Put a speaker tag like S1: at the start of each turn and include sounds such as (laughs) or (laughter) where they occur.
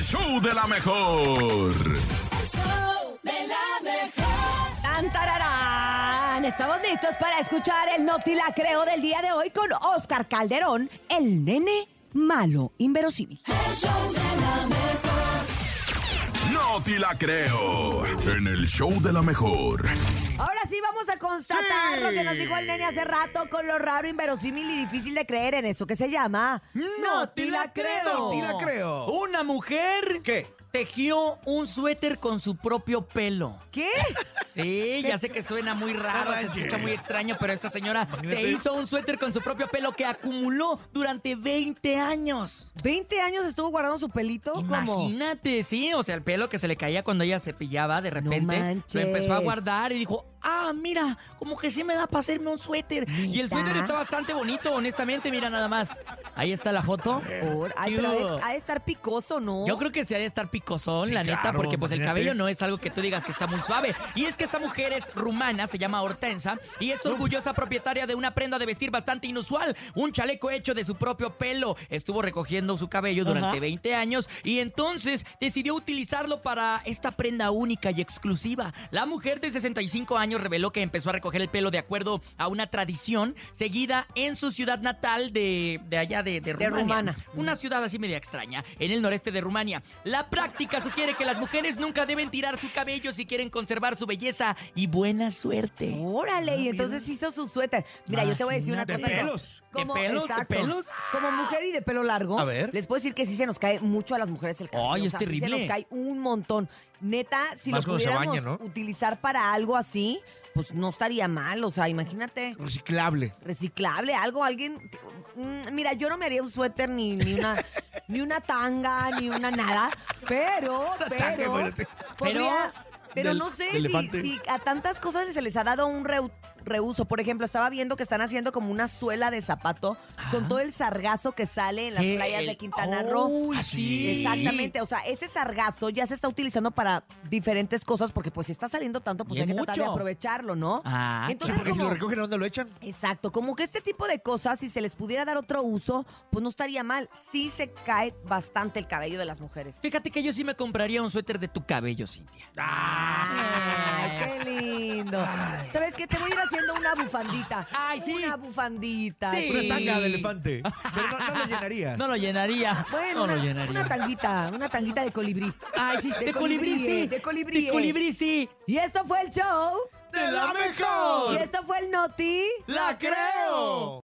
S1: show de la mejor.
S2: El show de la mejor.
S3: Tan, tararán. Estamos listos para escuchar el Notilacreo del día de hoy con Oscar Calderón, el nene malo inverosímil.
S2: El show de la mejor.
S1: No te la creo. En el show de la mejor.
S3: Ahora sí vamos a constatar
S4: Sí.
S3: lo que nos dijo el nene hace rato con lo raro, inverosímil y difícil de creer en eso que se llama
S4: No te la creo.
S5: Una mujer
S4: ¿Qué?
S5: tejió un suéter con su propio pelo.
S3: ¿Qué?
S5: (laughs) Sí, ya sé que suena muy raro,
S4: No
S5: se
S4: manches.
S5: escucha muy extraño, pero esta señora se hizo un suéter con su propio pelo que acumuló durante 20 años.
S3: 20 años estuvo guardando su pelito como
S5: Imagínate, sí, o sea, el pelo que se le caía cuando ella cepillaba, de repente
S3: manches.
S5: lo empezó a guardar y dijo, ah, mira, como que sí me da para hacerme un suéter. Y el
S3: ¿Neta?
S5: suéter está bastante bonito, honestamente, mira nada más. Ahí está la foto.
S4: Eh,
S3: Por- Ay, pero ha de- ha de estar picoso, ¿no?
S5: Yo creo que se ha de estar picosón,
S4: Sí,
S5: la neta,
S4: claro,
S5: porque pues el
S4: imagínate.
S5: cabello no es algo que tú digas que está muy suave. Y es que esta mujer es rumana, se llama Hortensa, y es orgullosa propietaria de una prenda de vestir bastante inusual, un chaleco hecho de su propio pelo. Estuvo recogiendo su cabello durante
S4: Ajá.
S5: 20 años y entonces decidió utilizarlo para esta prenda única y exclusiva. La mujer de 65 años reveló que empezó a recoger el pelo de acuerdo a una tradición seguida en su ciudad natal de, de allá de,
S3: De
S5: de Rumania.
S3: Rumana.
S5: Una ciudad así media extraña, en el noreste de Rumania. La práctica sugiere que las mujeres nunca deben tirar su cabello si quieren conservar su belleza y buena suerte.
S3: Órale, y entonces hizo su suéter. Mira, yo te voy a decir una
S4: De
S3: cosa. ¿no?
S4: pelos.
S5: ¿De pelos? ¿De pelos?
S3: Como mujer y de pelo largo,
S4: A ver.
S3: les puedo decir que sí se nos cae mucho a las mujeres el cabello.
S5: Ay, es
S3: sí
S5: terrible.
S3: se nos cae un montón. Neta, si
S4: Más
S3: lo
S4: cuando se
S3: pudiéramos
S4: baña, ¿no?
S3: utilizar para algo así, pues no estaría mal. O sea, imagínate,
S4: Reciclable.
S3: reciclable, algo, alguien... Mm, Mira, yo no me haría un suéter ni, ni
S4: (laughs)
S3: una... Ni una tanga, ni una nada, pero,
S4: (laughs) tanga,
S3: pero,
S4: imagínate.
S3: podría- pero,
S4: del-
S3: no sé
S4: del
S3: si-
S4: elefante.
S3: si a tantas cosas se les ha dado un reu- reuso. Por ejemplo, estaba viendo que están haciendo como una suela de zapato
S4: Ah.
S3: con todo el sargazo que sale en las
S5: ¿Qué?
S3: playas de
S5: El-
S3: Quintana
S5: ¡Uy,
S4: Oh,
S3: Roo.
S5: sí!
S3: Exactamente, o sea, ese sargazo ya se está utilizando para diferentes cosas porque pues si está saliendo tanto, pues
S5: Y
S3: hay que
S5: hay
S3: tratar de
S5: mucho.
S3: aprovecharlo, ¿no?
S5: Ah,
S4: Sí,
S3: Entonces,
S4: porque si
S3: como-
S4: lo recogen, ¿a dónde lo echan?
S3: Exacto, como que este tipo de cosas, si se les pudiera dar otro uso, pues no estaría mal. Sí se cae bastante el cabello de las mujeres.
S5: Fíjate que yo sí me compraría un suéter de tu cabello, Cintia.
S3: Ay, qué lindo. ¿Sabes qué? Te voy a ir haciendo una bufandita.
S5: Ay, sí.
S3: Una bufandita.
S5: Sí.
S4: Una tanga de
S5: Sí.
S4: elefante. Pero no, no la llenarías.
S5: No lo llenaría.
S3: Bueno,
S5: no lo
S3: una,
S5: llenaría.
S3: una tanguita, una tanguita de colibrí.
S5: Ay, sí, de, colibrí,
S3: eh,
S5: sí.
S3: De colibrí. eh.
S5: De colibrí, sí.
S3: Y esto fue el show.
S4: ¡De la
S3: Y
S4: mejor!
S3: esto fue el noti.
S4: ¡La creo!